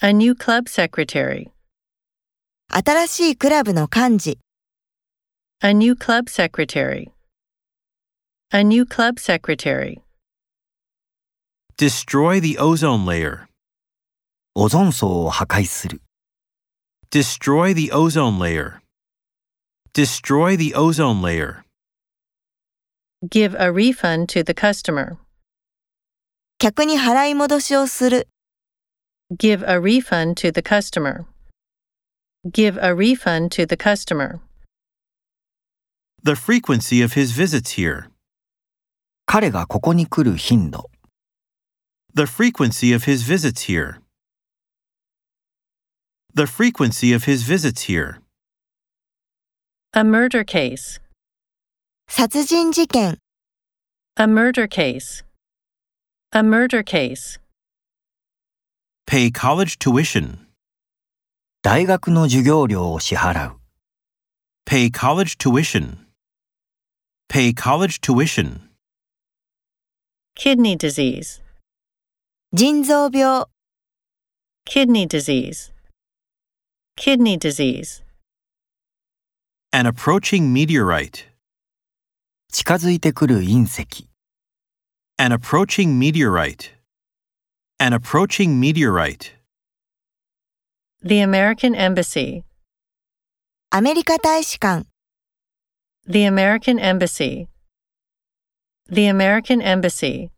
A new club secretary. 新しいクラブの幹事、 A new club secretary. A new club secretary. Destroy the ozone layer. オゾン層を破壊する。 Destroy the ozone layer. Destroy the ozone layer. Give a refund to the customer. 客に払い戻しをする、 Give a refund to the customer. Give a refund to the customer. The frequency of his visits here. 彼がここに来る頻度。 The frequency of his visits here. The frequency of his visits here. A murder case. 殺人事件、 A murder case. A murder case. Pay college tuition. 大学の授業料を支払う。 Pay college tuition. Pay college tuition. Kidney disease. 腎臓病、 Kidney disease. Kidney disease. An approaching meteorite. 近づいてくる隕石。 An approaching meteorite. An approaching meteorite. The American Embassy. アメリカ大使館、 The American Embassy. The American Embassy.